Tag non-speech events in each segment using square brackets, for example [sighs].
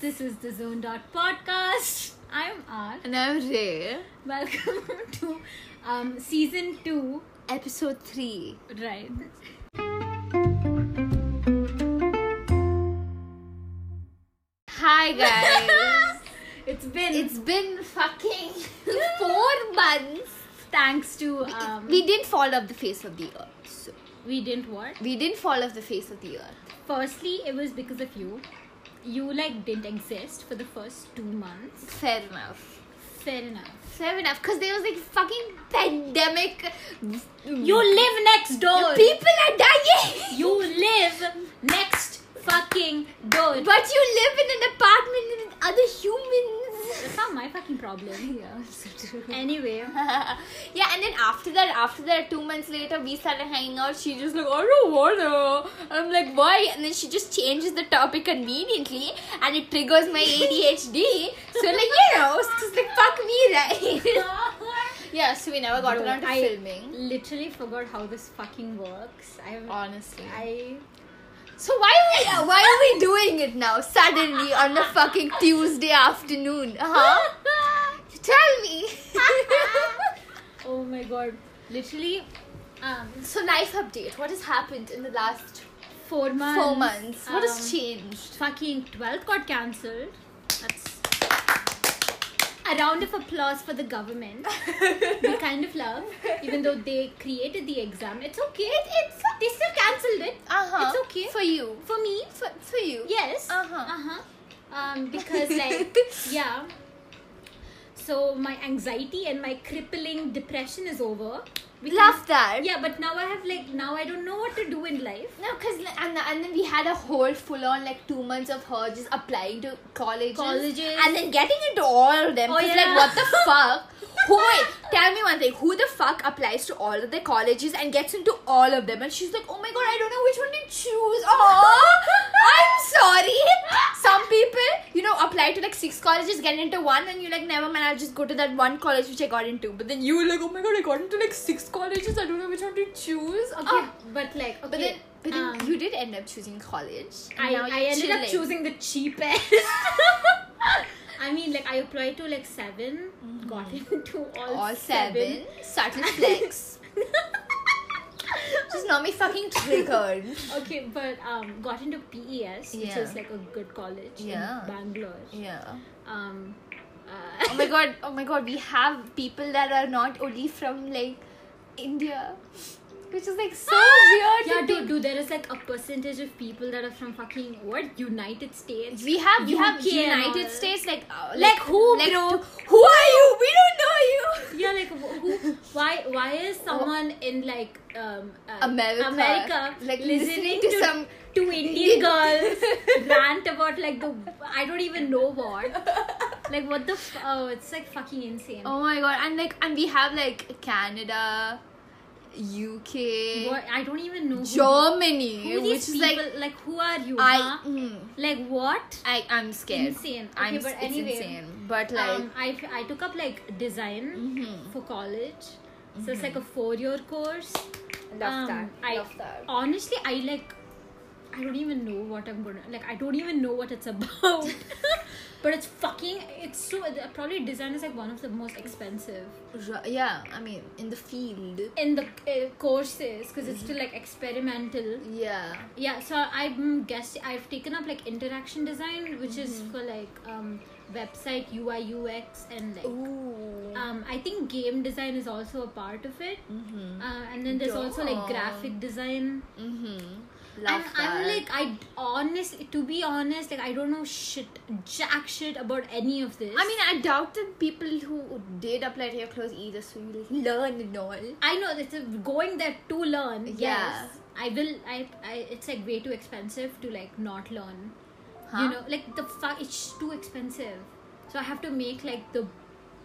This is the Zone Dot Podcast. I'm R. And I'm Ray. Welcome [laughs] to um, season two. Episode 3. Right. [laughs] Hi, guys. It's been [laughs] it's been fucking [laughs] four months. thanks to um, we didn't fall off the face of the earth. So we didn't what? we didn't fall off the face of the earth. Firstly, it was because of you. You like didn't exist for the first two months. Fair enough. Fair enough. Fair enough. Because there was like fucking pandemic. You live next Oh. door. People are dying. [laughs] You live next fucking door. But you live in an apartment with other humans. That's not my fucking problem. [laughs] Yeah, so true. Anyway, [laughs] yeah, and then after that, after that, two months later, we started hanging out. She just like, I don't wanna. I'm like, why? And then she just changes the topic conveniently, and it triggers my ADHD. so like, you know, it's just like, fuck me, right? [laughs] yeah, so we never got Dude, around to I filming. Literally forgot how this fucking works. I've Honestly. I So why are we, uh, why are we doing it now suddenly on a fucking Tuesday afternoon? Uh [laughs] huh. You tell [laughs] me. oh my god. Literally um So life update. What has happened in the last four months. four months? What um, has [laughs] changed? Fucking twelfth got cancelled. That's a round of applause for the [laughs] government. we kind of love. Even though they created the exam. It's okay. It, it's they still cancelled it. Uh huh. It's okay. for you. For me, For, for you. Yes. Uh-huh. Uh-huh. [laughs] Um, because like yeah. So my anxiety and my crippling depression is over. We can- Love that. Yeah, but now I have like now I don't know what to do in life. No, cause and, and then we had a whole full on like two months of her just applying to colleges, Colleges. and then getting into all of them. Oh, Cause yeah. like [laughs] what the fuck? Who? Wait, tell me one thing. Who the fuck applies to all of the colleges and gets into all of them? And she's like, oh my god, I don't know which one to choose. Oh, I'm sorry. Some people, you know, apply to like six colleges, get into one, and you're like, never mind, I'll just go to that one college which I got into. But then you were like, oh my god, I got into like six colleges. I don't know which one to choose. Okay, Ah. but like okay. But then, but then um, you did end up choosing college. and I, now I you're ended up chilling. choosing the cheapest. [laughs] I mean, like I applied to like 7 got [laughs] into all, Mm-hmm. all seven. [laughs] Subtle flex. Just not me fucking triggered. Okay, but um, got into PES, which Yeah. is like a good college Yeah. in Bangalore. yeah. Um, Oh uh, my god. Oh my god. We have people that are not only from like India, which is like so weird. Ah! yeah, to dude, think. dude, there is like a percentage of people that are from fucking what United States. We have we have UK and all. United States like uh, Like who, bro? Who are you? We don't know you. Yeah, like wh- who? Why? Why is someone in like um, uh, America. America, Like, listening listening to, to to some Indian Indian- girls [laughs] rant about like the I don't even know what. Like what the f- oh, it's like fucking insane. Oh my god. And like and we have like Canada, UK. What, I don't even know who- Germany, who, which these is people. like Like, who are you? I, huh? mm, Like what? I, I'm scared. Insane. I'm Okay, but it's anyway, insane. But like, um, I, I took up like design for college. So it's like a four year course. Um, I, Honestly, I like, I don't even know what I'm gonna, like, I don't even know what it's [laughs] about. but it's fucking, it's so, probably design is like one of the most expensive Ru- yeah, I mean, in the field. in the uh, courses because it's still like experimental. Yeah. Yeah, so I'm guess I've taken up like interaction design, which is for like um, website UI UX and like Ooh. um, I think game design is also a part of it, Mm-hmm. uh, and then there's also like Duh. graphic design. Mm-hmm. and Love I'm that. like, I honestly, to be honest, like I don't know shit, jack shit about any of this. I mean, I doubt that people who did apply to your clothes either, so you like, learn and all. I know it's a, going there to learn. Yeah. Yes, I will. I, I. It's like way too expensive to like not learn. You Huh? know, like the fuck, it's too expensive. So I have to make like the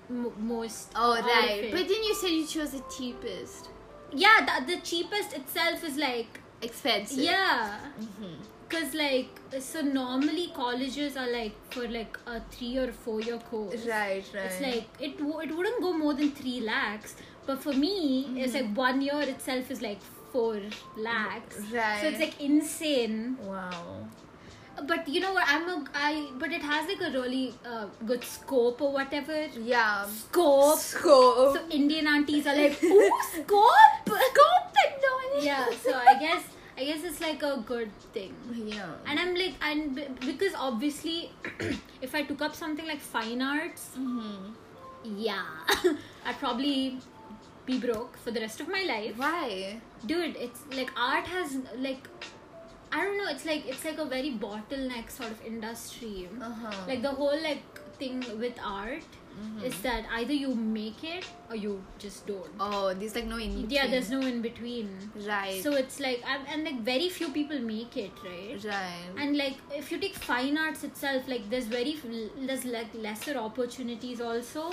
m- most. Oh, out of right. it. But then you said you chose the cheapest. yeah, the, the cheapest itself is like Expensive. yeah Mm-hmm. because like so normally colleges are like for like a three or four year course Right, right. it's like it wo- it wouldn't go more than three lakhs but for me it's Mm-hmm. like one year itself is like four lakhs so Right. it's like insane Wow. but you know what? I'm a I. But it has like a really uh, good scope or whatever. Yeah. Scope. Scope. So Indian aunties are like, [laughs] ooh, scope. Scope technology. yeah. So I guess I guess it's like a good thing. Yeah. And I'm like, and b- because obviously, [clears throat] if I took up something like fine arts, Mm-hmm. yeah, [laughs] I'd probably be broke for the rest of my life. Why? Dude, it's like art has like, I don't know. It's like it's like a very bottleneck sort of industry. Uh-huh. Like the whole like thing with art is that either you make it or you just don't. Mm-hmm. Oh, there's like no in Yeah, there's no in between. Right. So it's like, and and, like very few people make it, right? right. and like if you take fine arts itself like there's very f- there's like lesser opportunities also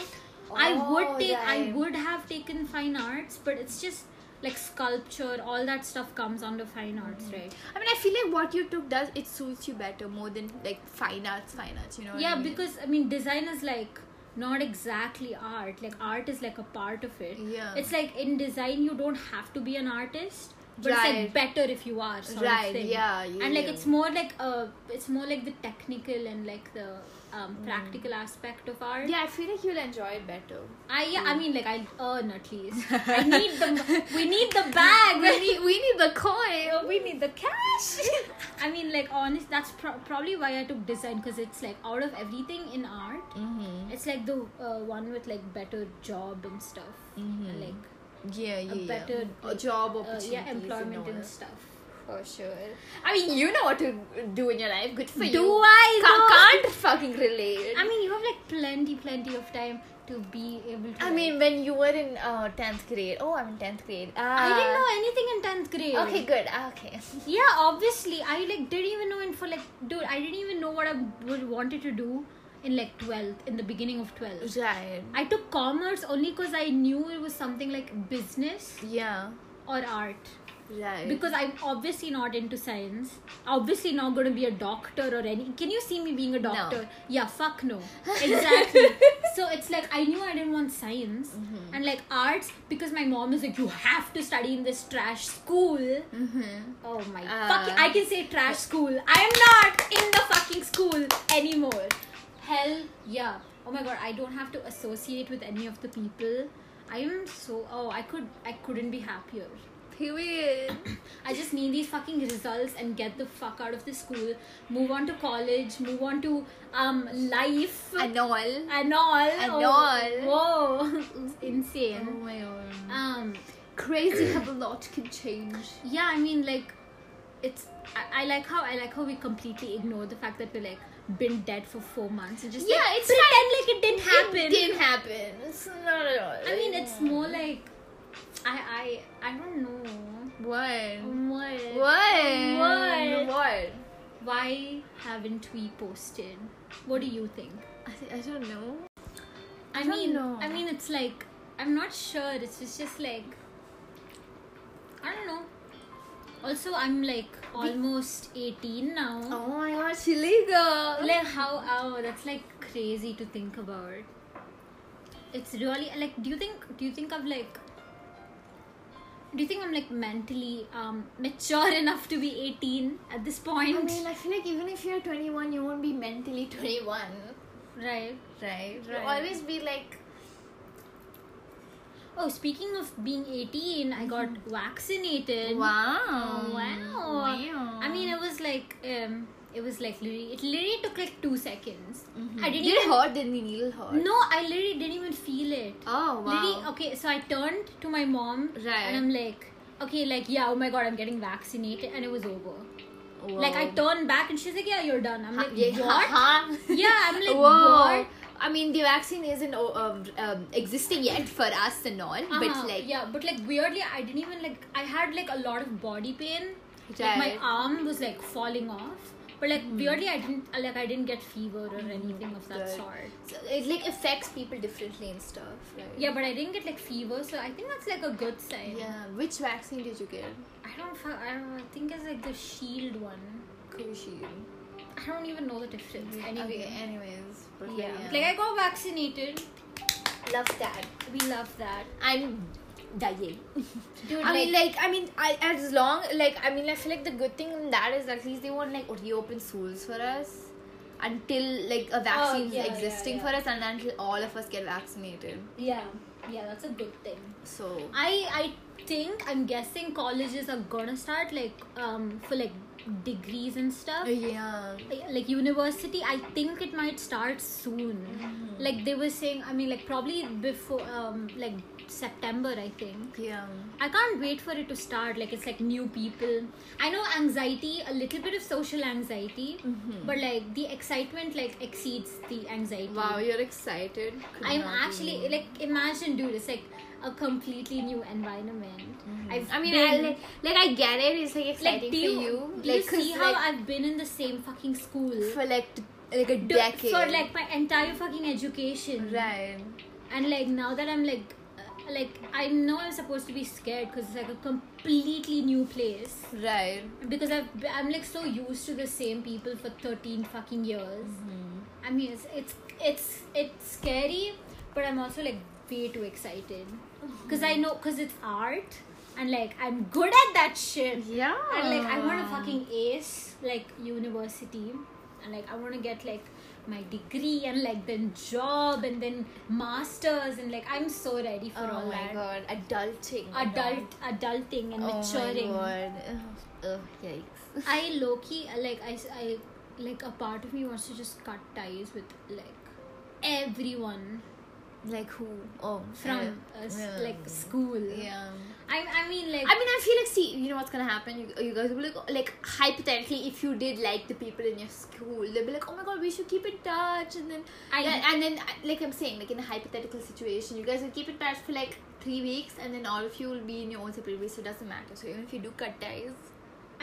i Oh, would take i right. would have taken fine arts but it's just like sculpture all that stuff comes under fine arts Mm. right I mean, I feel like what you took does it suits you better more than like fine arts, fine arts. You know? what yeah I mean? because i mean design is like not exactly art like art is like a part of it Yeah. it's like in design you don't have to be an artist but Right. it's like better if you are sort of Right, thing. yeah, yeah, and like yeah. it's more like uh it's more like the technical and like the um, practical aspect of art Mm. yeah, Mm. I feel like you'll enjoy it better. I yeah, I mean like I earn at least. I need the we need [laughs] the bag. [laughs] we We need, need we need the coin. we need the cash. I mean like honest, that's pro- probably why I took design because it's like out of everything in art, Mm-hmm. it's like the uh, one with like better job and stuff, Mhm. like [laughs] Yeah, yeah, a better yeah. A like, job uh, opportunity. yeah, employment and stuff. For sure. I mean, you know what to do in your life. Good for Do you. I Ca- though? can't fucking relate. I mean, you have like plenty, plenty of time to be able to. I like- mean, when you were in uh, 10th grade. Oh, I'm in 10th grade. Uh, I didn't know anything in tenth grade. Okay, good. Ah, Okay. Yeah, obviously. I like didn't even know in for like dude, I didn't even know what I would wanted to do in like twelfth, in the beginning of twelfth. Right. I took commerce only because I knew it was something like business Yeah. or art. Right. Because I'm obviously not into science. Obviously not gonna be a doctor or any can you see me being a doctor? Yeah, fuck [laughs] no. Exactly. so it's like I knew I didn't want science Mm-hmm. and like arts because my mom is like, You have to study in this trash school. mm-hmm. Oh my Uh, fucking! I can say trash school. I am not in the fucking school anymore. Hell yeah! Oh my god, I don't have to associate with any of the people. I am so oh I could I couldn't be happier. Period. I just need these fucking results and get the fuck out of this school. Move on to college. Move on to um life and all. and all And Oh, all. Whoa, [laughs] it's Oh insane. my god. Um. Crazy how a lot can change. yeah i mean like it's I, I like how i like how we completely ignore the fact that we're like been dead for four months and just Yeah, like, it's pretend like it didn't happen It didn't happen. It's not at all. i mean it's more like i i i don't know What? what What? What? What? why haven't we posted what do you think I, th- I don't know. i, don't mean know. i mean it's like i'm not sure it's just, just like i don't know also i'm like almost 18 now Oh my god, chili girl. like how oh that's like crazy to think about it's really like do you think do you think i'm like do you think i'm like mentally um mature [laughs] enough to be 18 at this point I mean, I feel like even if you're 21, you won't be mentally 21. right Right? You'll Right. always be like, oh speaking of being 18 i got vaccinated Mm-hmm. Oh, wow. wow. Wow. i mean it was like um it was like literally it literally took like two seconds i didn't did it even hurt? Did the needle hurt? no i literally didn't even feel it Oh, wow. Literally, okay, so I turned to my mom Right. and I'm like, okay, like, yeah, oh my god, I'm getting vaccinated, and it was over. Wow. Like, I turned back and she's like, yeah, you're done. I'm Ha- like, yeah, [laughs] what? ha- ha. yeah, I'm [laughs] like, Whoa. what? I mean, the vaccine isn't oh, um, um, existing yet for us and all, Uh-huh, but like, yeah, but like, weirdly, I didn't even like, I had like a lot of body pain. Like, my Right. arm was like falling off. But like, weirdly, I didn't, uh, like, I didn't get fever or anything of that Hmm. Good. sort. so it like affects people differently and stuff, right? Yeah, but I didn't get like fever, so I think that's like a good sign. Yeah. Which vaccine did you get? I don't, fu- I don't know, I think it's like the shield one. Kushi. I don't even know the difference. Anyway, Okay, anyways. but yeah. Like I got vaccinated. love that. We love that. I'm dying. Dude, I like, mean, like, I mean, I, as long, like, I mean, I feel like the good thing in that is at least they won't, like, reopen schools for us until, like, a vaccine's yeah, yeah, existing yeah. for us and until all of us get vaccinated. yeah, yeah, that's a good thing. So, I I think I'm guessing colleges are gonna start like um for like degrees and stuff. yeah. Like university, I think it might start soon. Like they were saying, I mean, like probably before um like September, I think. Yeah. I can't wait for it to start. Like it's like new people. I know anxiety, a little bit of social anxiety, but like the excitement like exceeds the anxiety. Wow, you're excited. Could I'm not be actually more. like imagine, dude. It's like a completely new environment. Mm. I've I mean, been- I, like, like, I get it. It's, like, like, exciting do you, for you. do like, you 'cause, see how like, I've been in the same fucking school for, like, t- like, a Do- decade. for like my entire fucking education, Right. and like now that I'm like, uh, like I know I'm supposed to be scared because it's like a completely new place. Right. Because I've, be- I'm like so used to the same people for 13 fucking years. Mm-hmm. I mean, it's, it's it's it's scary, but I'm also like way too excited Mm-hmm. because I know because it's art and like I'm good at that shit. Yeah. And like I Ah. want to fucking ace like university and like I want to get like my degree and like then job and then masters and like I'm so ready for Oh all my that. god, adulting. Adult, adulting and maturing. Oh my god. Ugh, yikes. I low key like I, I like a part of me wants to just cut ties with like everyone Like who? Oh, from uh, s- yeah. like school. yeah. I I mean like I mean, I feel like see, you know what's gonna happen? You, you guys will be like, like hypothetically, if you did like the people in your school, they'll be like, oh my god, we should keep in touch, and then I- then- and then uh, like I'm saying, like in a hypothetical situation, you guys will keep in touch for like three weeks, and then all of you will be in your own separate ways, so it doesn't matter. So even if you do cut ties,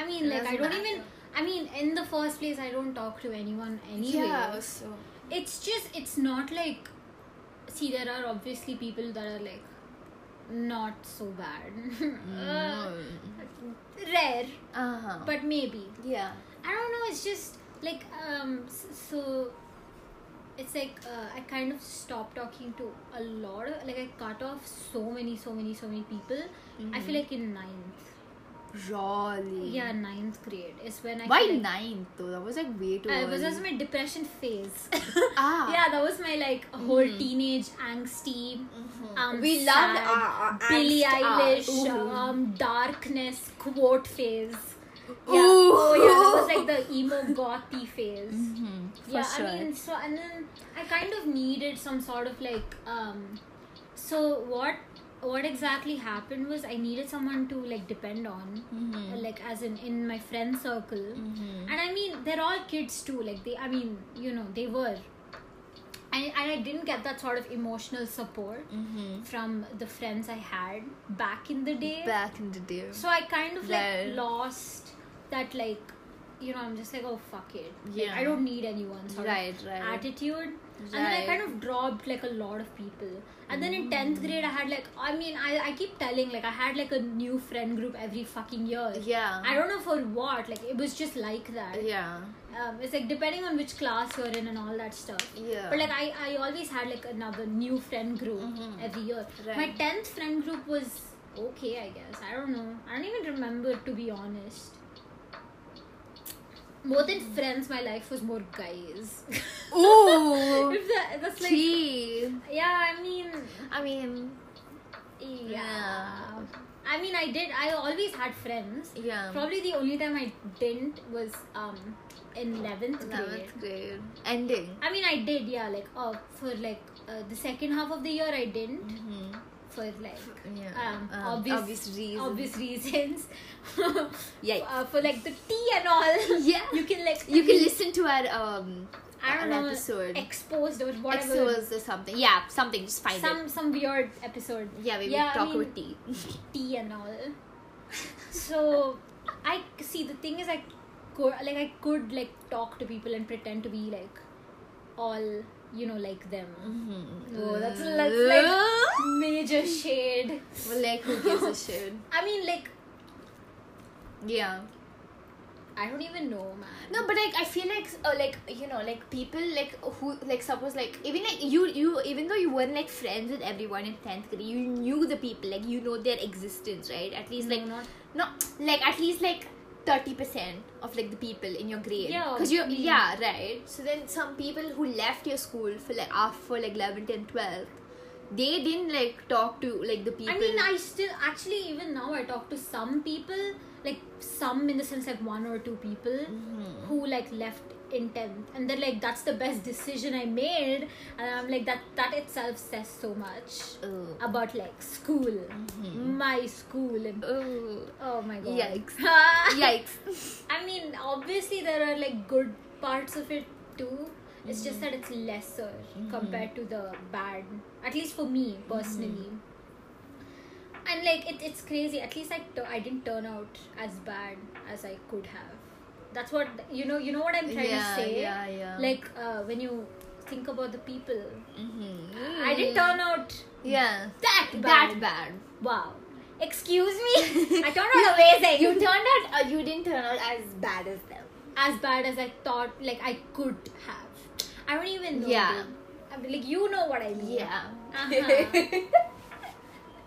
I mean like I doesn't don't matter. even I mean in the first place I don't talk to anyone anyway. yeah, so It's just it's not like see there are obviously people that are like not so bad. [laughs] Uh, rare, uh huh, but maybe. Mm. yeah, I don't know. It's just like um. s- So it's like uh, I kind of stopped talking to a lot. Of, like I cut off so many, so many, so many people. I Mm-hmm. feel like in ninth, jolly. yeah, ninth grade is when I. Mm-hmm. Why feel like, ninth though? That was like way too uh, it early. was just my depression phase. [laughs] Ah. Yeah, that was my like whole teenage angsty. Um, Mm-hmm. We sad, loved our- our Billie angst hour. Eilish, Ooh. um, darkness quote phase. Ooh. Yeah. Oh, yeah, that was like the emo gothy phase. yeah, Mm-hmm. for sure. I mean, so and then I kind of needed some sort of like, um, so what? What exactly happened was I needed someone to like depend on, Mm-hmm. uh, like as in in my friend circle, and I mean they're all kids too. Like they, I mean, you know, they were. And, and I didn't get that sort of emotional support Mm-hmm. from the friends I had back in the day. Back in the day. So I kind of like Right. lost that like you know I'm just like oh fuck it Like, Yeah. I don't need anyone sort Right, of right. attitude and then I Right. Mm. kind of dropped like a lot of people and then in 10th grade I had like I mean I, I keep telling like I had like a new friend group every fucking year Yeah. I don't know for what like it was just like that Yeah. um, it's like depending on which class you're in and all that stuff. Yeah. But like I, I always had like another new friend group every year. Mm-hmm. Right. My tenth friend group was okay, I guess. I don't know. I don't even remember to be honest. More than friends, my life was more guys. [laughs] Ooh. if that, that's like Oh, Gee. yeah, I mean I mean, yeah. I mean I did I always had friends. yeah. Probably the only time I didn't was um in 11th grade. Eleventh grade. Ending. I mean, I did, yeah. Like, uh, for like uh, the second half of the year, I didn't for like Mm-hmm. Yeah. um, Um, obvious, obvious reasons. obvious reasons. [laughs] Yikes. uh, for like the tea and all. [laughs] [laughs] Yeah. you can like You can listen to our um I don't our know episode. exposed or whatever. Exos or something. Yeah, something. Just find some it. some weird episode. Yeah, we yeah, will talk I mean, about tea. tea and all. so I see the thing is I could like I could like talk to people and pretend to be like all you know like them. Oh, that's, that's like major shade. [laughs] well, like who gives a shit? I mean like Yeah. I don't even know, man. No, but like I feel like uh, like you know like people like who like suppose like even like you you even though you weren't like friends with everyone in tenth grade you knew the people like you know their existence right at least like No, not- no like at least like thirty percent of like the people in your grade Yeah, because you mm. yeah right so then some people who left your school for like after like 11th and 12th they didn't like talk to like the people I mean, I still actually even now I talk to some people, like some in the sense like one or two people Mm-hmm. who like left in tenth, and they're like, "That's the best decision I made," and I'm like, "That that itself says so much Oh. about like school, my school." And, oh oh my god! Mm-hmm. Yikes. [laughs] yikes I mean, obviously there are like good parts of it too. It's Mm. just that it's lesser Mm-hmm. compared to the bad, at least for me personally. And like it, it's crazy. At least I, tu- I didn't turn out as bad as I could have. That's what you know. You know what I'm trying Yeah, to say. yeah, yeah. Like uh, when you think about the people, mm-hmm. I didn't turn out yeah that bad. that [laughs] bad Wow. Excuse [laughs] me. I turned out amazing. you turned out uh, you didn't turn out as bad as them as bad as I thought like I could have. I don't even know. Yeah. dude. I mean, like you know what I mean. [laughs] yeah Uh-huh.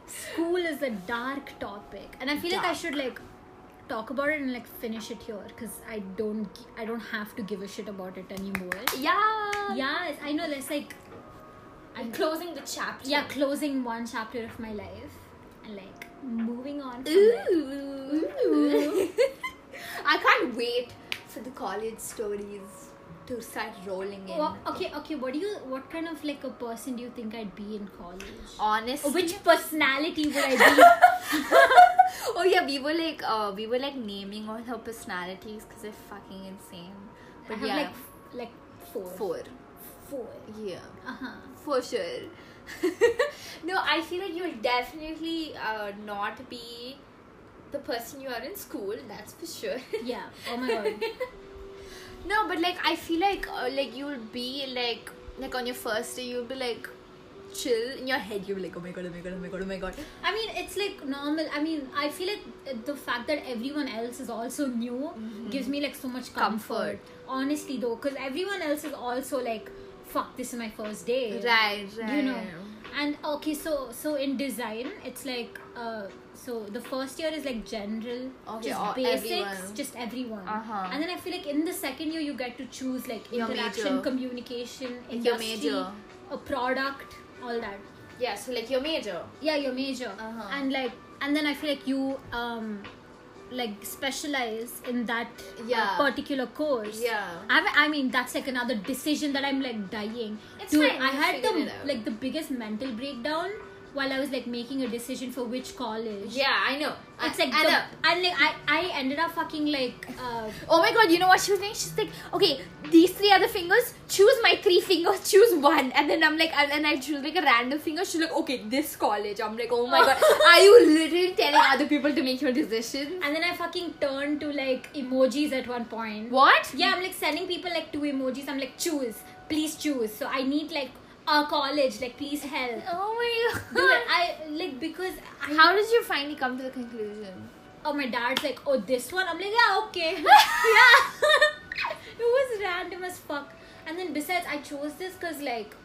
School is a dark topic, and I feel like I Dark. should like talk about it and like finish it here because I don't gi- I don't have to give a shit about it anymore. yeah Yes, I know. That's like i'm closing the chapter yeah, closing one chapter of my life and like moving on. From it. Ooh. Ooh. [laughs] I can't wait for the college stories to start rolling in. Wha- okay, okay. What do you? What kind of like a person do you think I'd be in college? Honest. Oh, Which personality would I be? oh yeah, we were like uh, we were like naming all her personalities because they're fucking insane. I But have yeah, like like four. four. Four. Yeah, Uh huh. for sure. [laughs] no, I feel like you'll definitely uh, not be the person you are in school. That's for sure. [laughs] Yeah. Oh my god. No, but like I feel like uh, like you'll be like like on your first day you'll be like chill in your head you'll be like oh my god oh my god oh my god oh my god [laughs] I mean, it's like normal. I mean, I feel like uh, the fact that everyone else is also new gives me like so much comfort. Mm-hmm. Comfort. Honestly, though, because everyone else is also like, fuck, this is my first day. right right You know. And okay, so so in design, it's like uh, so the first year is like general, Okay, just all- basics, everyone. just everyone. Uh-huh. And then I feel like in the second year, you get to choose like Your interaction, major. communication, industry, Your major. a product, all that. yeah so like your major Yeah, your major. Uh-huh. And like, and then I feel like you um, like specialize in that uh, Yeah. particular course. Yeah. I, mean- I mean, that's like another decision that I'm like dying. It's Dude, fine, I we'll had figure the it out. like the biggest mental breakdown while I was like making a decision for which college. yeah I know I- It's like I the, know and like I, I ended up fucking like uh, oh my god you know what she was doing she's like okay these three are the fingers choose my three fingers [laughs] choose one and then I'm like and then I choose like a random finger she's like okay this college I'm like oh my [laughs] god are you literally telling other people to make your decisions and then I fucking turned to like emojis at one point. what Yeah, I'm like sending people like two emojis. I'm like choose, please choose. So I need like a college, like please help. oh [laughs] my god Dude, I like because I How did you finally come to the conclusion? oh my dad's like oh this one. I'm like yeah okay yeah. [laughs] [laughs] it was random as fuck. And then besides, I chose this because like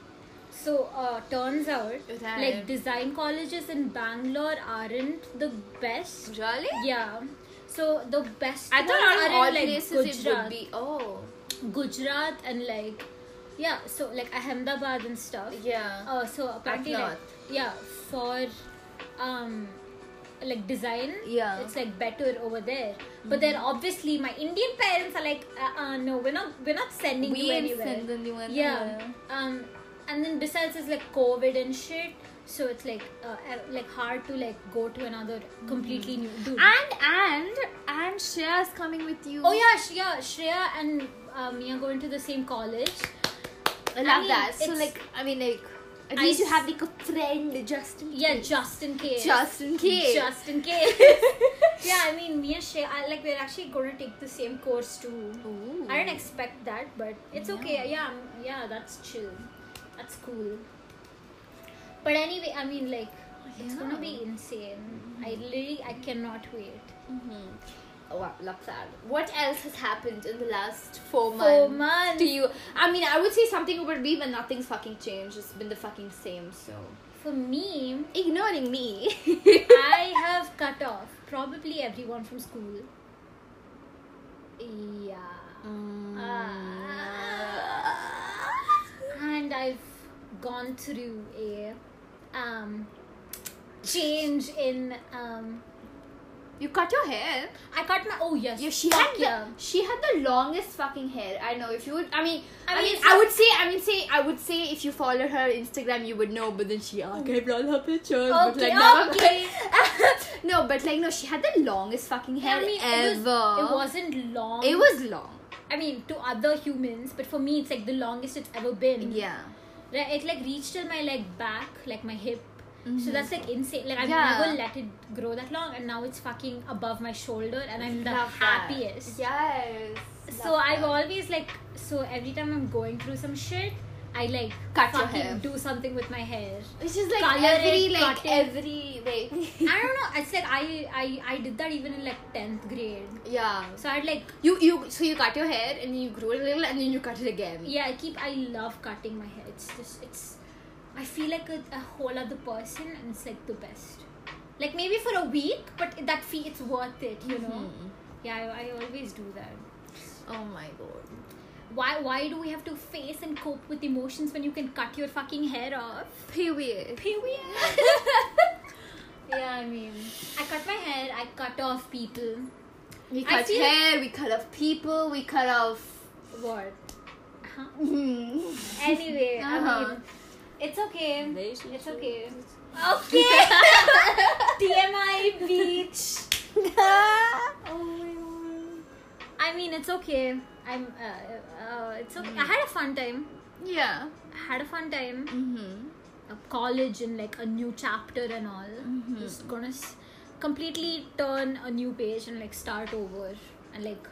so uh, turns out Right. like design colleges in Bangalore aren't the best. Really? Yeah. So the best I thought ones on are all in, like, places it would Gujarat. be. Oh, Gujarat and like yeah, so like Ahmedabad and stuff. yeah. Uh, so apparently like north. yeah, for um like design Yeah. Mm-hmm. it's like better over there but then obviously my indian parents are like uh, uh no we're not we're not sending we you ain't anywhere send anyone. yeah there. um and then besides it's like covid and shit so it's like uh, uh, like hard to like go to another completely new Mm-hmm. dude And and and Shreya's coming with you. oh yeah Sh- yeah shreya and uh, mia go into the same college I love I mean, that. So it's- like, I mean like, at I least you s- have like a friend, Justin. Yeah, just in case. Just in case. Just in [laughs] case. yeah, I mean, me and Shay, I, like, we're actually gonna take the same course too. Ooh. I didn't expect that, but it's okay. Yeah, I'm- yeah, that's chill. That's cool. But anyway, I mean, like, it's Yeah. Mm-hmm. gonna be insane. I literally, I cannot wait. Mhm. wow, love that. What else has happened in the last four, Four months? months. to you? I mean, I would say something would be, but nothing's fucking changed. It's been the fucking same. So For me, [laughs] ignoring [laughs] me. I have cut off probably everyone from school. Yeah. Um, Ah. And I've gone through a um, change in. Um, you cut your hair. I cut my. Oh, yes. Yeah, she fuck had yeah. the, she had the longest fucking hair. I know. If you would, I mean, I, I mean, mean, I would say, I mean, say, I would say, if you follow her Instagram, you would know. But then she "Ah, archived all her pictures. but Okay, [laughs] like, no, okay. no, but like, no, she had the longest fucking hair [laughs] I mean, ever. It, was, it wasn't long. It was long. I mean, to other humans, but for me, it's like the longest it's ever been. Yeah. Right, it like reached till my like back, like my hip. So that's like insane. Like I've Mm-hmm. Yeah. never let it grow that long, and now it's fucking above my shoulder, and I'm the happiest. Yes. So I've always like so every time I'm going through some shit, I like Cut your fucking hair. do something with my hair. Which is like Colour every it, like cut it. every like [laughs] I don't know. It's like I I I did that even in like tenth grade. yeah. So I'd like You you so you cut your hair and you grew it a little and then you cut it again. yeah. I keep I love cutting my hair. It's just it's. I feel like a, a whole other person, and it's like the best. Like maybe for a week, but that fee it's worth it. You know. Mm-hmm. Yeah, I, I always do that. Oh my god. Why why do we have to face and cope with emotions when you can cut your fucking hair off? Period. Period. [laughs] yeah, I mean, I cut my hair. I cut off people. We I cut feel- hair, we cut off people, we cut off. [laughs] What? Huh? Hmm. Anyway, I Uh-huh. mean, it's okay. It's Relationships. okay. [laughs] Okay. TMI [laughs] beach. oh I mean, it's okay. I'm. Uh, uh, it's okay. I had a fun time. Yeah. I had a fun time. Mm-hmm. a college and like a new chapter and all Mm-hmm. just gonna s- completely turn a new page and like start over and like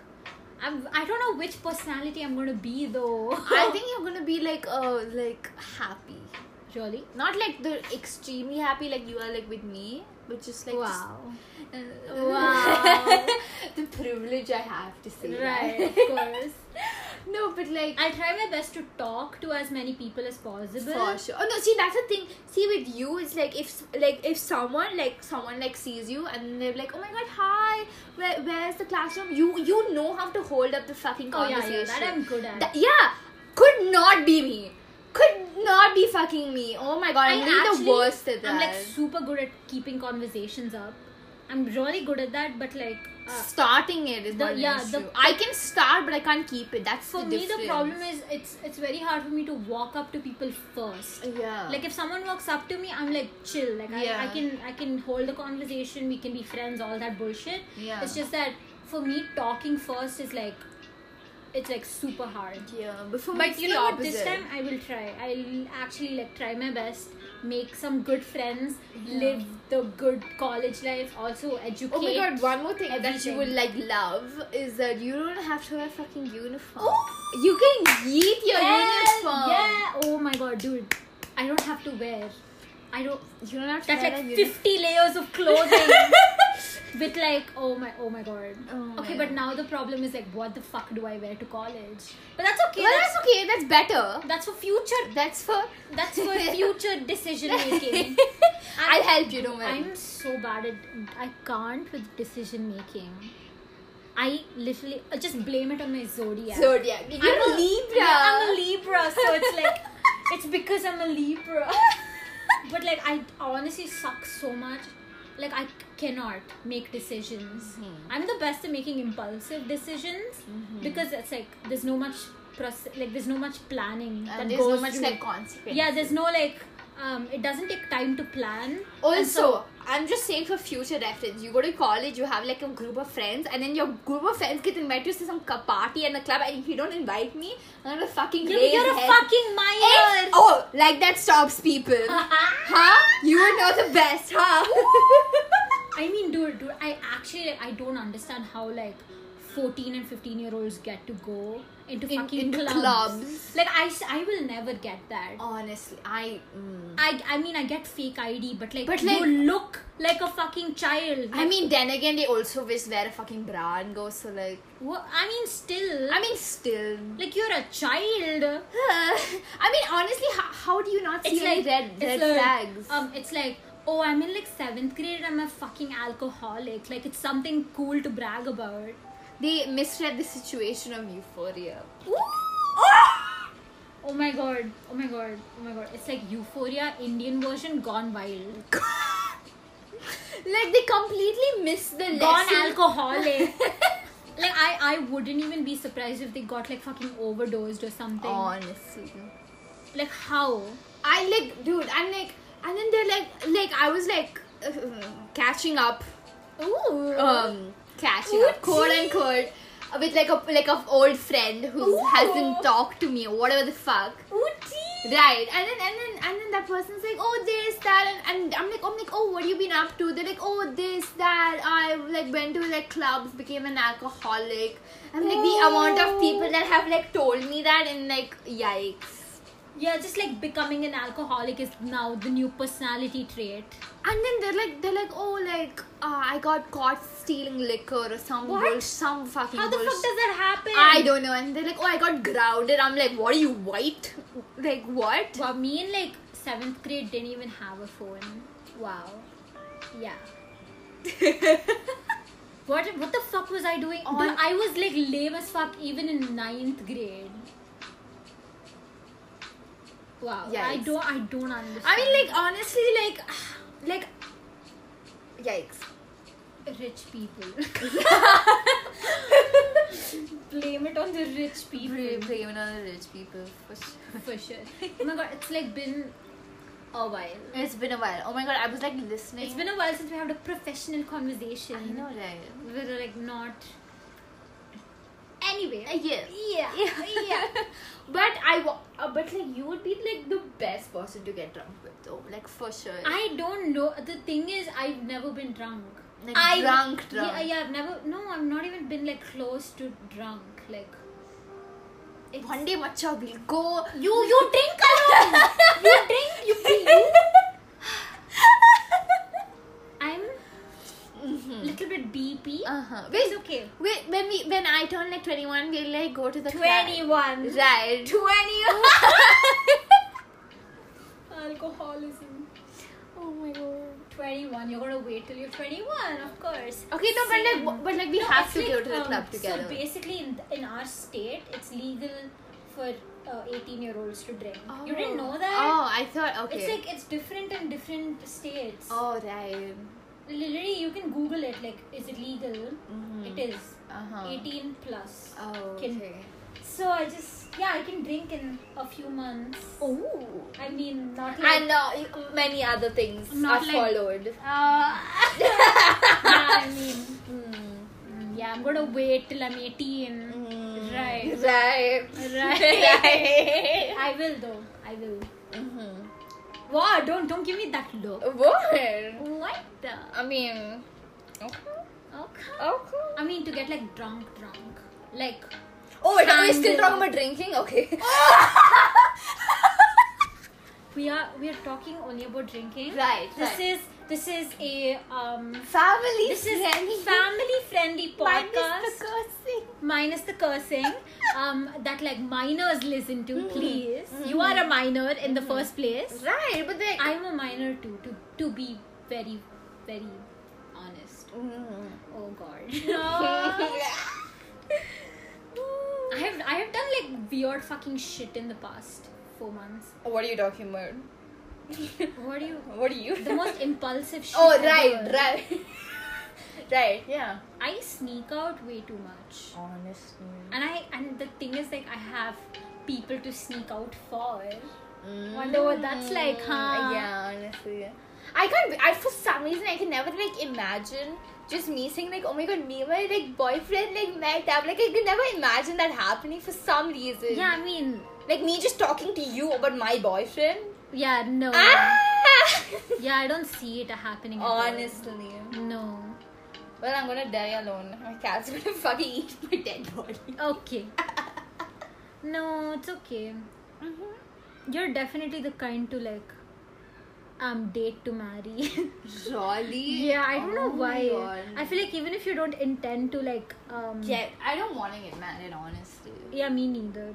I'm, i don't know which personality i'm gonna be though [laughs] I think you're gonna be like uh like happy. really Not like the extremely happy like you are like with me, but just like just- wow [laughs] uh, wow [laughs] the privilege I have to say. right that. of course [laughs] no, but like i'll try my best to talk to as many people as possible for sure. Oh no, see that's the thing. See with you, it's like if like if someone like someone like sees you and they're like, oh my god, hi, where, where's the classroom? You you know how to hold up the fucking oh yeah, conversation. yeah that i'm good at That- yeah, could not be me. Could not be fucking me. Oh my god, I I'm really actually- the worst at that. i'm like super good at keeping conversations up i'm really good at that but like uh, starting it is the- not an yeah, issue. the- I can start, but I can't keep it. That's for the me difference. the problem is it's it's very hard for me to walk up to people first yeah, like if someone walks up to me i'm like chill like Yeah. I, I can i can hold the conversation we can be friends all that bullshit Yeah. it's just that for me talking first is like it's like super hard yeah, but for me but it's you the know what opposite. this time i will try i'll actually like try my best make some good friends live the good college life also educate Oh my god, one more thing that you everything. would like love is that you don't have to wear fucking uniform. Oh! You can yeet your Hell uniform. [laughs] yeah oh my god dude i don't have to wear i don't You don't have to That's wear like a uniform. 50 layers of clothing. [laughs] with like, oh my, oh my god. Oh my okay, God. but now the problem is like, what the fuck do I wear to college? But that's okay. Well, that's, that's okay, that's better. that's for future. That's for. That's [laughs] for future [laughs] decision [laughs] making. I'll help you, don't worry. I'm so bad at. I can't with decision making. I literally I just blame it on my zodiac. Zodiac. You're I'm a Libra. Yeah, I'm a Libra, so it's like [laughs] it's because I'm a Libra. but like I honestly suck so much. Like I cannot make decisions. Mm-hmm. I'm the best at making impulsive decisions because it's like there's no much process. Like there's no much planning that And there's goes so much through. like consequence. yeah, there's no like. Um, it doesn't take time to plan. Also, I'm just saying for future reference, you go to college, you have like a group of friends, and then your group of friends get invited to some ka- party and a club, and if you don't invite me, I'm gonna fucking You're, raise you're a hell. fucking It's- minor. oh, like that stops people. [laughs] huh? You are not the best, huh? I mean, dude, dude, I actually like I don't understand how like 14 and 15 year olds get to go into In- fucking into clubs. clubs. Like I, s- I will never get that. Honestly, I. Mm. I, I mean I get fake ID, but like, But, like- you look like a fucking child. I mean, then again, they also just wear a fucking bra and go, so like. Wha- I mean still, I [laughs] mean, still. like you're a child. I mean, honestly, how, how do you not see It's any like red, it's red like, flags? Um, it's like oh I'm in like seventh grade. I'm a fucking alcoholic. Like it's something cool to brag about. they misread the situation of euphoria. Oh my god. Oh my god. Oh my god. It's like Euphoria Indian version gone wild. [laughs] like, they completely miss the Gone lesson. [laughs] alcoholic. like I I wouldn't even be surprised if they got like fucking overdosed or something. Honestly. Like how? I like, dude, I'm like, and then they're like, like, I was like, uh, catching up Ooh. um catching up, Oopsie. quote unquote, with like a like a old friend who Ooh. hasn't talked to me or whatever the fuck. Ooty. Right, and then and then and then that person's like, oh this that, and, and I'm like, oh, I'm like, oh, what have you been up to? They're like, oh this that. I like went to like clubs, became an alcoholic. I'm like the amount of people that have like told me that, and like yikes. Yeah, just like becoming an alcoholic is now the new personality trait. And then they're like, they're like, oh, like uh, I got caught stealing liquor or some What? bull- some fucking How the fuck bullshit. does that happen? I don't know. And they're like, oh, I got grounded. I'm like, what are you, white? Like, what? Wow, me in like seventh grade didn't even have a phone. Wow. [laughs] Yeah. what what the fuck was I doing? On- Dude, I was like lame as fuck even in ninth grade. Wow. I Yikes. don't I don't understand. I mean, like, honestly, like, [sighs] like, yikes. like rich [laughs] people. Blame it on the rich people. Blame on the rich people. For sure. For sure. Oh my god, it's like been a while. It's been a while. Oh my god, I was like listening. It's been a while since we had a professional conversation. I know, right? We were like not. Anyway, Uh, yeah. yeah, Yeah. [laughs] yeah. But I, wa- uh, but like, you would be like the best person to get drunk with, though. Like, for sure. I don't know. The thing is, I've never been drunk. Like, drunk, drunk. Yeah, yeah, I've never. No, I've not even been like close to drunk. Like, it's, One day, macha, we'll go. you [laughs] you drink alone. you drink. You you. [laughs] I'm little bit BP. Uh huh. It's okay. [laughs] Wait, when we when I turn like twenty one, we'll like go to the club. Twenty one. Right. Twenty. Alcoholism. [laughs] oh my god. 21 you're gonna wait till you're 21 of course Okay, no, but like, w- but like we No, have it's to like, go to the um, club together. so basically in, in our state it's legal for uh, 18 year olds to drink you didn't know that Oh, I thought okay. it's like it's different in different states oh right. literally you can google it like is it legal Mhm. it is Uh huh. 18 plus Oh Can- okay. so i just yeah i can drink in a few months Oh. i mean not like And uh, many other things Not are like- followed. uh, [laughs] yeah, i mean Mm. Yeah, I'm gonna wait till I'm 18. Right. Right. Right. Right. I will though. I will. [laughs] mm-hmm. Wow, don't don't give me that look. What? What the? I mean. Okay. Okay. Okay. I mean to get like drunk, drunk. Like Oh, wait, are we still Sandal. talking about drinking? [laughs] Okay. we are we are talking only about drinking. Right, This right. is this is a um. Family This is family [laughs] friendly podcast cursing. minus the cursing um, that like minors listen Mm-hmm. to please you are a minor in the first place Right, but like. I'm a minor too, to to be very, very honest. Mm. Oh god. [laughs] I have I have done like weird fucking shit in the past four months. [laughs] what are you talking about? What do you What are you? the most impulsive [laughs] shit [laughs] oh, right, ever. right. [laughs] right, yeah. I sneak out way too much. Honestly. And I and the thing is like I have people to sneak out for. Mm. Wonder what that's like, huh? Yeah, honestly. I can't. I for some reason I can never like imagine just me saying like, oh my god, me and my like boyfriend like met up. Like I can never imagine that happening for some reason. Yeah, I mean Like me just talking to you about my boyfriend. yeah, no. Ah! [laughs] Yeah, I don't see it happening. at all. Honestly. No. Well, I'm gonna die alone. My cat's gonna [laughs] fucking eat my dead body. Okay. [laughs] no, it's okay. Mm-hmm. You're definitely the kind to like um date to marry. [laughs] Jolly. yeah, I don't know Oh my why. God. I feel like even if you don't intend to like um yeah, I don't want to get married, honestly. yeah, me neither.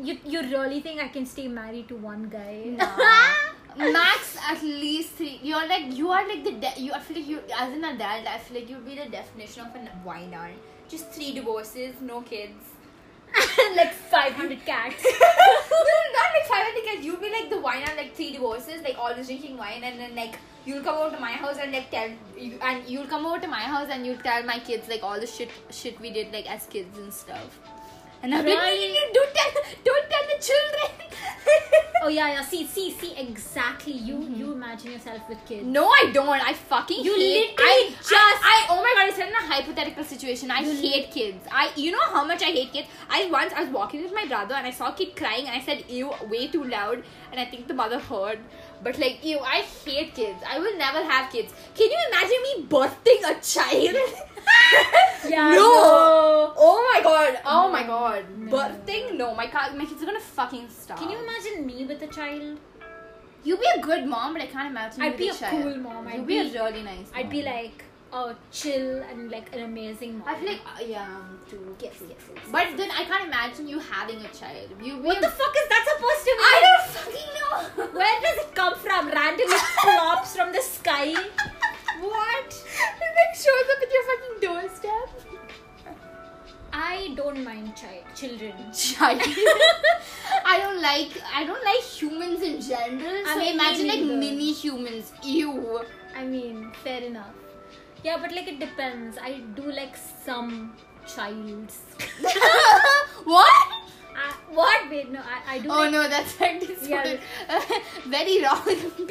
You you really think I can stay married to one guy? Uh, Max, at least three. You're like you are like the de- you. I feel like you as an adult. I feel like you'd be the definition of a whiner. Just three divorces, no kids. [laughs] like [laughs] 500 cats. no, no, not like five. I think like, you'd be like the whiner, like three divorces, like always drinking wine, and then like you'll come over to my house and like tell you, and you'll come over to my house and you'll tell my kids like all the shit shit we did like as kids and stuff. And I'm like, no, no, no, don't tell, don't tell the children. [laughs] oh yeah, yeah. See, see, see. Exactly. You you imagine yourself with kids. Mm-hmm. No, I don't. I fucking You hate. literally I just- I, I oh my god! It's in a hypothetical situation. I You lit- hate kids. I you know how much I hate kids. I once I was walking with my brother and I saw a kid crying and I said ew way too loud and I think the mother heard. But like ew, I hate kids. I will never have kids. Can you imagine me birthing a child? [laughs] Yeah, No. no. Oh my god. Oh my No. god. No. Birthing? No. My car, my kids are gonna fucking starve. Can you imagine me with a child? You be a good mom, but I can't imagine. I'd you with be a child. cool mom. You'd I'd be, be- a really nice. Mom. I'd be like, oh, chill and like an amazing mom. I feel like uh, yeah, true. Yes, yes, yes. But then I can't imagine you having a child. You be what a- the fuck is that supposed to mean? I don't fucking know. Where does it come from? Randomly plops from the sky. [laughs] what? [laughs] It like shows up at your fucking doorstep. I don't mind child children. Child. [laughs] I don't like I don't like humans in general. So I mean, me imagine like neither. mini humans. [laughs] Ew. I mean, fair enough. Yeah, but like it depends. I do like some childs. [laughs] what? I, what? Wait, no, I, I do Oh like no, that's like this Yeah. one. [laughs] Very wrong.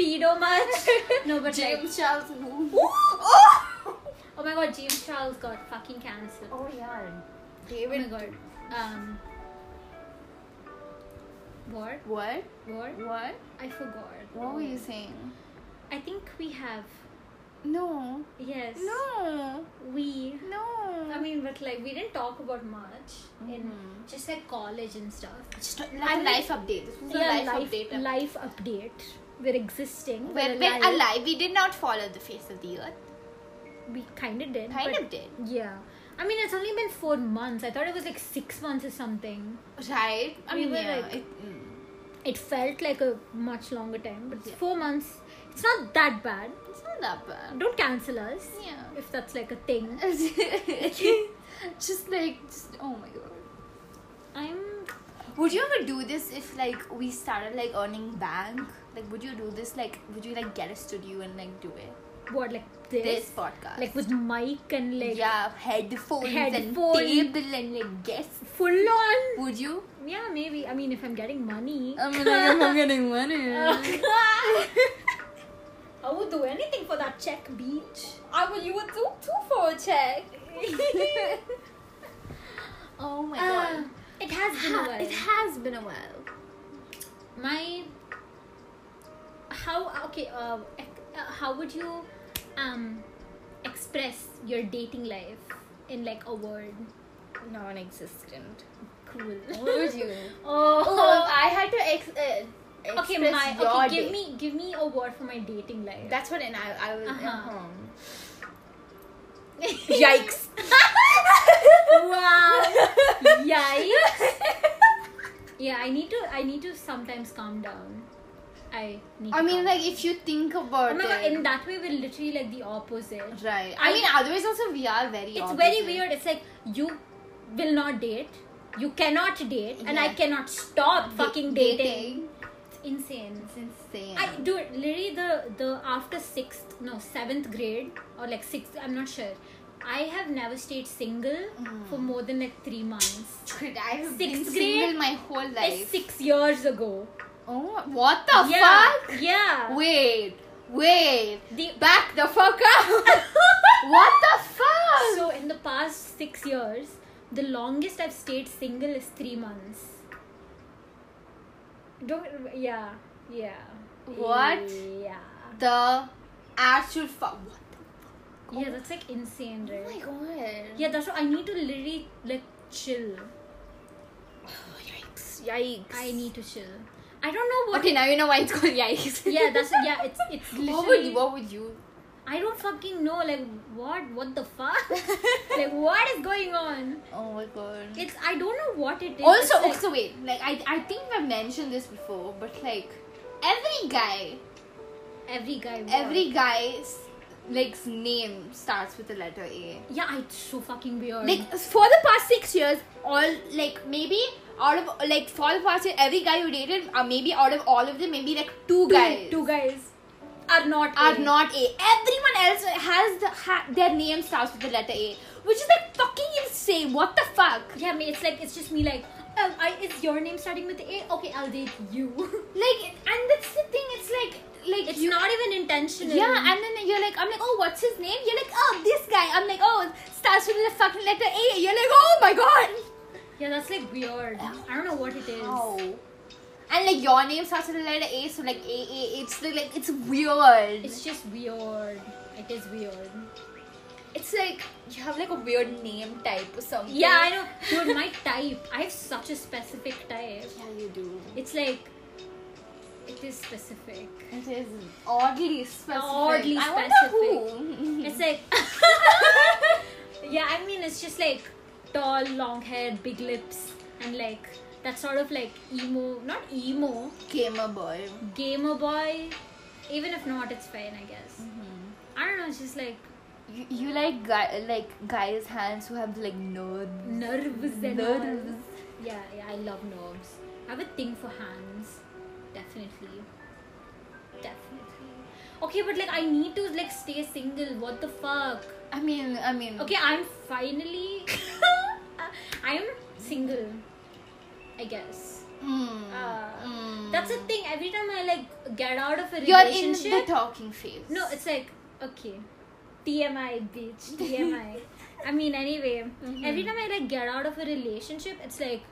pedo much. [laughs] No, but like, James Charles. Ooh. oh my god, James Charles got fucking cancer. Oh yeah. Oh David. my god. Um. What? What? What? What? I forgot. What were you saying? I think we have. No. Yes. No. We. No. I mean, but like we didn't talk about much in Mhm. just like college and stuff. just like I a think- life update. This was a Yeah, life, update. episode. life update. We're existing. We're, we're alive. We did not follow the face of the earth. We kind of did. Kind but- of did. Yeah. I mean, it's only been four months. I thought it was like six months or something. Right? I We mean, were yeah. like- it- mm. It felt like a much longer time, but it's Yeah. four months. It's not that bad. it's not that bad. Don't cancel us. Yeah. If that's like a thing. [laughs] just like, just, oh my god. I'm. Would you ever do this if like we started like earning bank? Like, would you do this? Like, would you like get a studio and like do it? What, like this? This podcast, Like with mic and like yeah, headphones, Headphone. and table and like guests. full on. Would you? Yeah, maybe. I mean, if I'm getting money, Uh, I mean, like, [laughs] if I'm getting money. [laughs] I would do anything for that check, beach. I will. Ah, You would do two for a check. [laughs] oh my god. it has been a Ha- while. it has been a while. My how okay? Uh, ec- uh, how would you um express your dating life in like a word? Non-existent. Cool. What would you? [laughs] Oh, [laughs] oh. if I had to ex- uh, express Okay, my your okay. Give day- me give me a word for my dating life. [laughs] That's what, and I, I will. Uh-huh. um, [laughs] Yikes. [laughs] wow. Yikes. Yeah, I need to. I need to sometimes calm down. I need. I to mean, calm like if you think about Oh my god, it, in that way, we're literally like the opposite. right? I mean, otherwise also we are very. It's opposite. very weird. It's like you will not date, you cannot date, and I Yeah. cannot stop Da- fucking dating. It's insane. It's insane. I do literally the the after sixth no seventh grade or like sixth I'm not sure. I have never stayed single Mm. for more than like three months. Dude, I have been Sixth single grade? my whole Like life. six years ago. Oh, what the yeah, fuck? yeah. Wait, wait. The- Back the fuck [laughs] up. what the fuck? So in the past six years, the longest I've stayed single is three months. Don't yeah yeah. What? Yeah. The actual fuck. What the Yeah, that's like insane, Oh my right? god. Yeah, that's what I need to literally like chill. Yikes. Yikes. I need to chill. I don't know what. Okay, now you know why it's called yikes. [laughs] Yeah, that's yeah. It's it's literally. [laughs] what would you? What would you? I don't fucking know. Like what? What the [laughs] fuck? like what is going on? Oh my god. It's I don't know what it is. also, It's like- also wait. Like I, I think I've mentioned this before, but like every guy, every guy. what? every guy's like name starts with the letter A. Yeah, it's so fucking weird. Like for the past six years, all like maybe out of like for the past year, every guy you dated, or maybe out of all of them, maybe like two two, guys two guys are not are in. not A. Everyone else has the ha- their name starts with the letter A, which is like fucking insane. What the fuck? Yeah, me. It's like it's just me. Like, um, I is your name starting with A? Okay, I'll date you. [laughs] Like, and that's the thing. It's like like it's you- not even intentional. Yeah, and then you're like, I'm like, oh, what's his name? You're like, oh, this guy. I'm like, oh, starts with the fucking letter A. You're like, oh my god. yeah, that's like weird. I don't know what it is. And like your name starts with the letter A, so like A A. It's the, like it's weird. It's just weird. It is weird. it's like you have like a weird name type or something. Yeah, I know. Dude, [laughs] my type. I have such a specific type. [laughs] Yeah, you do. It's like, it is specific. It is oddly specific. Oddly I wonder who. It's like, [laughs] yeah. I mean, it's just like tall, long hair, big lips, and like that sort of like emo. Not emo. gamer boy. gamer boy even if not it's fine i guess i don't know it's just like You, you like guy like guys' hands who have like nerves. nerves and all. Nerves. yeah yeah i love nerves i have a thing for hands definitely definitely okay but like i need to like stay single what the fuck I mean, I mean. okay i'm finally [laughs] i'm single i guess Mm. Uh, Mm. that's the thing every time i like get out of a You're in relationship the talking phase. No, it's like okay, TMI, bitch, [laughs] TMI. I mean, anyway, Mm-hmm. every time I like get out of a relationship, it's like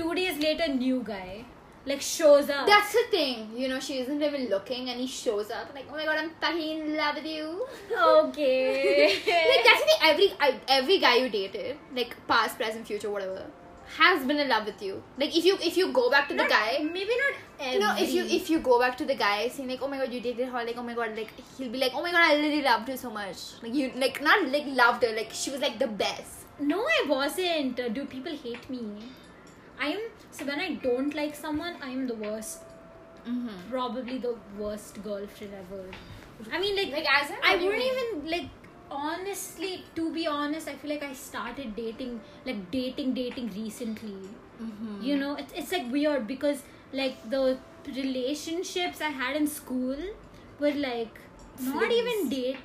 two days later, new guy like shows up. that's the thing. You know, she isn't even looking, and he shows up like, "Oh my god, I'm fucking in love with you." like okay. that's the thing. Every I- every guy you dated, like past, present, future, whatever, has been in love with you. Like if you if you go back to Not- [laughs] the guy. Maybe not every. No, if you if you go back to the guy saying like, oh my god, you dated her, like oh my god, like he'll be like, oh my god, I really loved her so much. Like you like not like loved her, like she was like the best. No, I wasn't. Uh, Do people hate me? I'm so when I don't like someone, I'm the worst. Mm-hmm. Probably the worst girlfriend ever. I mean, like, Like, as in, I what do you wouldn't mean? even like. Honestly, to be honest, I feel like I started dating, like dating, dating recently. Mm-hmm. You know, it's it's like weird because like the relationships I had in school were like not Flings. even date,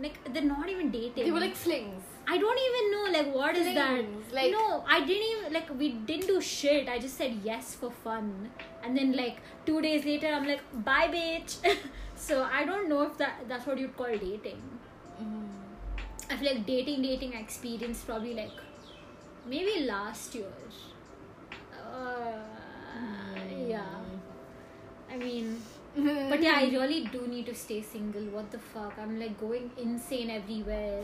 like they're not even dating. They were like flings. I don't even know like what is Flings, that. like- no, I didn't even like we didn't do shit. I just said yes for fun, and then like two days later, I'm like bye, bitch. [laughs] so I don't know if that that's what you'd call dating. Mm-hmm. [laughs] I feel like dating, dating I experienced probably like maybe last year. Uh, Yeah, I mean. But yeah, I really do need to stay single. What the fuck? I'm like going insane everywhere.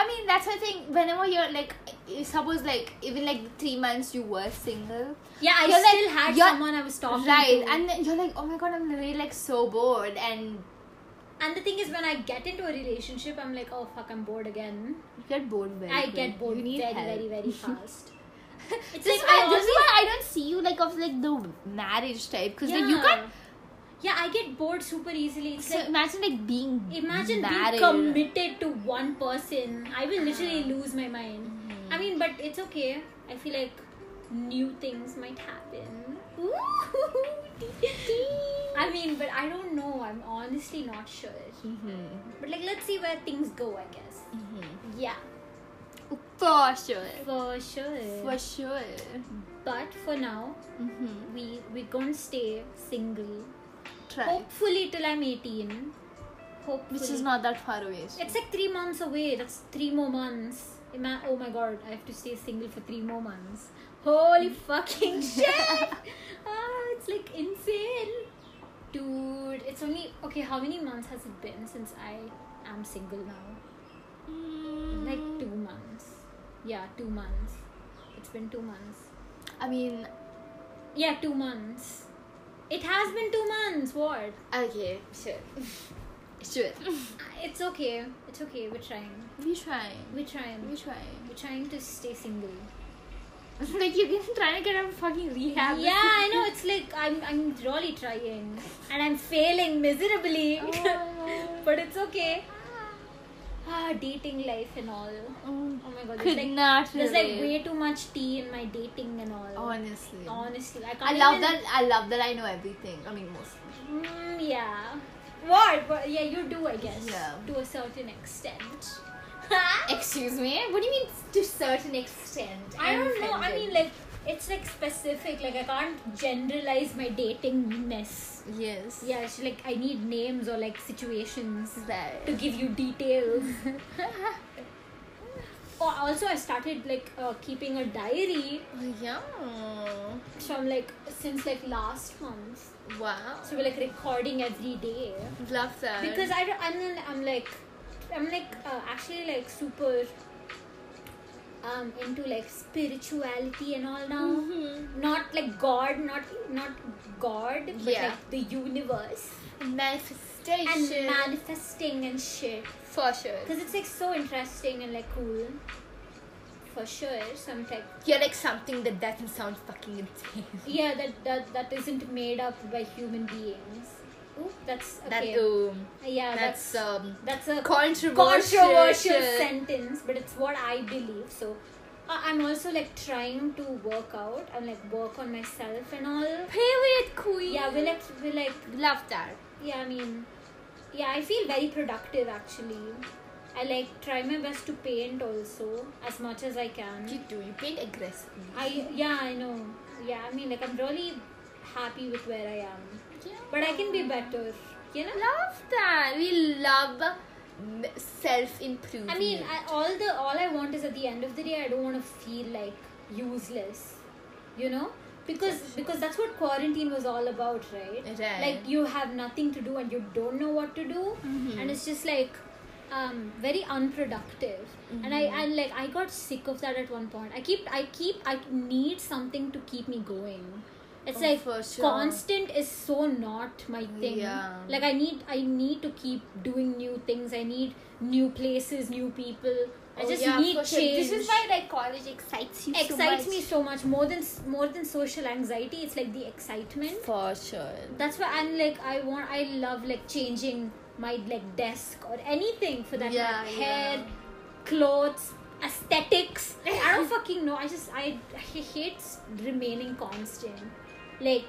I mean, that's my thing. Whenever you're like, i- suppose like even like the three months you were single, Yeah, I You're like- still had you're- someone I was talking right? to. And then you're like, oh my god, I'm really like so bored, and and the thing is, when I get into a relationship, I'm like, oh fuck, I'm bored again. you get bored very. I quick. get bored You need very, help. very, [laughs] very fast. it's This, like is I why, this is always- why I don't see you like of like the marriage type because like you Yeah. can't. Yeah, I get bored super easily. It's So like imagine like being imagine married. Uh-huh. being committed to one person. I will literally lose my mind. Mm-hmm. I mean, but it's okay. I feel like new things might happen. Ooh. I mean, but I don't know. I'm honestly not sure. But like, let's see where things go. I guess. Yeah, [laughs] for sure, for sure. for sure. but for now, Mm-hmm. we we're gonna stay single. Try, Hopefully till I'm 18. Hopefully. which is not that far away. so- It's like three months away. That's three more months. Ima- oh my god, I have to stay single for three more months. Holy fucking shit! ah, it's like insane, dude. it's only okay. How many months has it been since I am single now? Like two months. Yeah, two months. It's been two months. I mean, Yeah, two months. It has been two months. What? okay, sure, [laughs] sure. It's okay. It's okay. We're trying. We trying, We're trying. we trying. We're trying to stay single. [laughs] like you've been trying to get a fucking rehab. Yeah, I know. It's like I'm I'm really trying, and I'm failing miserably. [laughs] but it's okay. Ah, dating life and all. Oh my god, [laughs] Could there's like, not there's like relate. way too much tea in my dating and all. Honestly. Honestly, Oh, I can't. I love even- that. I love that I know everything. I mean, [laughs] mostly. Mm, yeah. What? But yeah, you do, I guess. Yeah. To a certain extent. Excuse me. What do you mean to a certain extent? I don't know. I mean, like it's like specific. Like I can't generalize my dating mess. yes. Yeah, she, like I need names or like situations That. to give you details. oh, also I started like uh, keeping a diary Yeah. from like since like last month. Wow. So we're like recording every day Love that. because I don't- I'm then I'm like I'm like uh, actually like super um into like spirituality and all now. Mm-hmm. Not like God, not not God, but Yeah. like the universe and manifestation manifesting and shit. for sure. Because it's like so interesting and like cool. For sure. So I'm like, You're like something that doesn't sound fucking insane. yeah, that that, that isn't made up by human beings. Ooh, that's That okay. um, yeah, that's that's um that's a controversial. controversial sentence, but it's what I believe. So I- I'm also like trying to work out and like work on myself and all. Period, queen. Yeah, we're like we're like love that. yeah i mean yeah i feel very productive actually i like try my best to paint also as much as i You can do. You paint aggressively. i yeah i know yeah i mean like i'm really happy with where i am Yeah. but i can be better you know Love that. We love self improvement. i mean I, all the all i want is at the end of the day i don't want to feel like useless you know because because that's what quarantine was all about right Right. like you have nothing to do and you don't know what to do Mm-hmm. and it's just like um, very unproductive and Mm-hmm. I, I like i got sick of that at one point i keep i keep i need something to keep me going it's Oh, like for sure. constant is so not my thing Yeah. like i need i need to keep doing new things i need new places new people i Oh, just yeah, need for change sure. This is why like college excites you. excites so much. me so much more than more than social anxiety it's like the excitement for sure. that's why i'm like i want i love like changing my like desk or anything for that Yeah, matter. hair yeah. clothes aesthetics i [laughs] don't fucking know i just i, I hate s- remaining constant like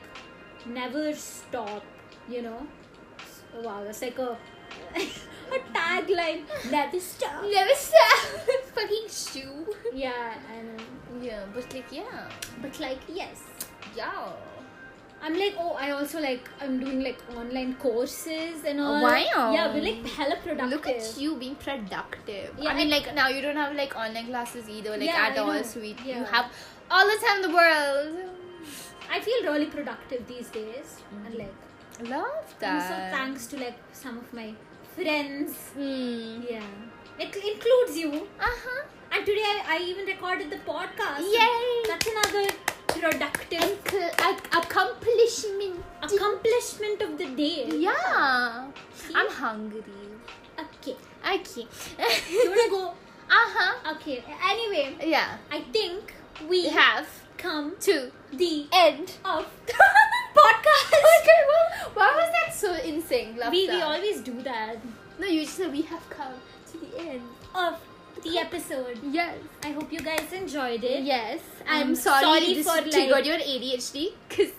never stop you know S- wow that's like a [laughs] a tagline never stop [laughs] Never stop. fucking shoe. yeah i know Yeah, but like yeah, but like yes yeah. I'm like, oh, I also like, I'm doing like online courses and all. Wow. Yeah, we're like hella productive. Look at you being productive. Yeah, I mean, and- like now you don't have like online classes either, like Yeah, at I all. know. So we, you Yeah. have all the time in the world. I feel really productive these days, and like, Love and so Mm-hmm. that. thanks to like some of my friends. Mm. Yeah, it includes you. Uh huh. And today I, I even recorded the podcast. Yay! That's another productive accomplishment. accomplishment of the day. Yeah. I'm hungry. Okay. Okay. [laughs] You wanna go? uh huh. Okay. Anyway, Yeah. I think we We have come to the end. of. [laughs] Podcast. [laughs] Okay, well, why was that so insane? Love We, we that. always do that. No, you just said we have come to the end. of the episode. Yes. I hope you guys enjoyed it. Yes. I'm Um, sorry, sorry this for, triggered like- your ADHD. Cause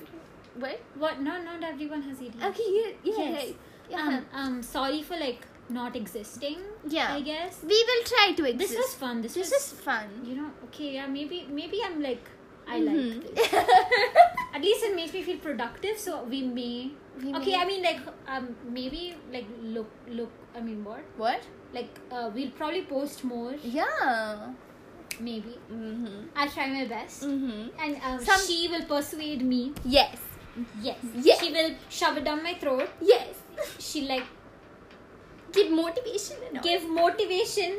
what? What? No, not everyone has ADHD. Okay. Yeah. Yeah. Yes. right. Yeah. Um, um, sorry for like not existing. Yeah. I guess we will try to exist. this was fun. This, This was, is fun. you know, okay, yeah, maybe, maybe I'm like, I Mhm. like this. At least it makes me feel productive. So we may. We okay, may- I mean, like, um, maybe like look, look. I mean, [laughs] what? What? Like, uh, we'll probably post more. Yeah. Maybe Mhm. I'll try my best. Mhm. And um, Some- she will persuade me. Yes. Yes. Yeah. She will shove it down my throat. Yes. [laughs] she like Give motivation and all. gave motivation,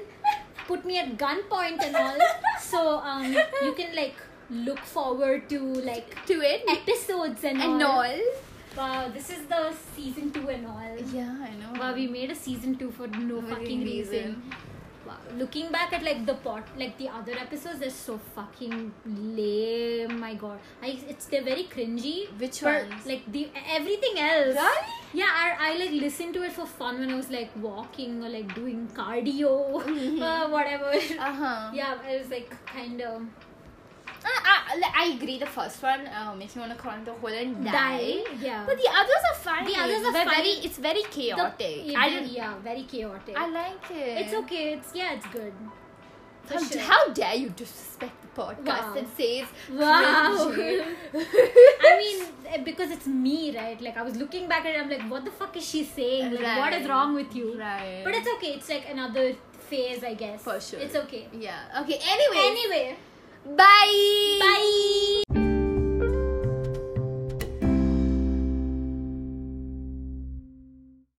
put me at gunpoint and all. So um, you can like look forward to like to it episodes and, and all. all. Wow, this is the season two and all. Yeah, I know. Wow, we made a season two for no No fucking reason. reason. Wow. Looking back at like the pot, like the other episodes, they're so fucking lame. My God, I, it's they're very cringy. Which but, ones? Like the everything else. Really? Yeah, I, I like listened to it for fun when I was like walking or like doing cardio, [laughs] Mm-hmm. uh, whatever. Uh-huh. Yeah, I was like kind of Uh, I, like, I agree. The first one uh, makes me want to crawl into the hole and die. Yeah, But the others are fun. The others are They're fun. very. It's very The- chaotic. I yeah, don't. yeah, very chaotic. I like it. It's okay. It's yeah, it's good. For How, sure. how dare you disrespect the podcast Wow. and say it's Wow. [laughs] [laughs] cringy. I mean, eh, because it's me, right? Like I was looking back at it, I'm like, what the fuck is she saying? Like, what is Right. wrong with you? Right. But it's okay. It's like another phase, I guess. For sure. It's okay. yeah. Okay. Anyway. Anyway, bye.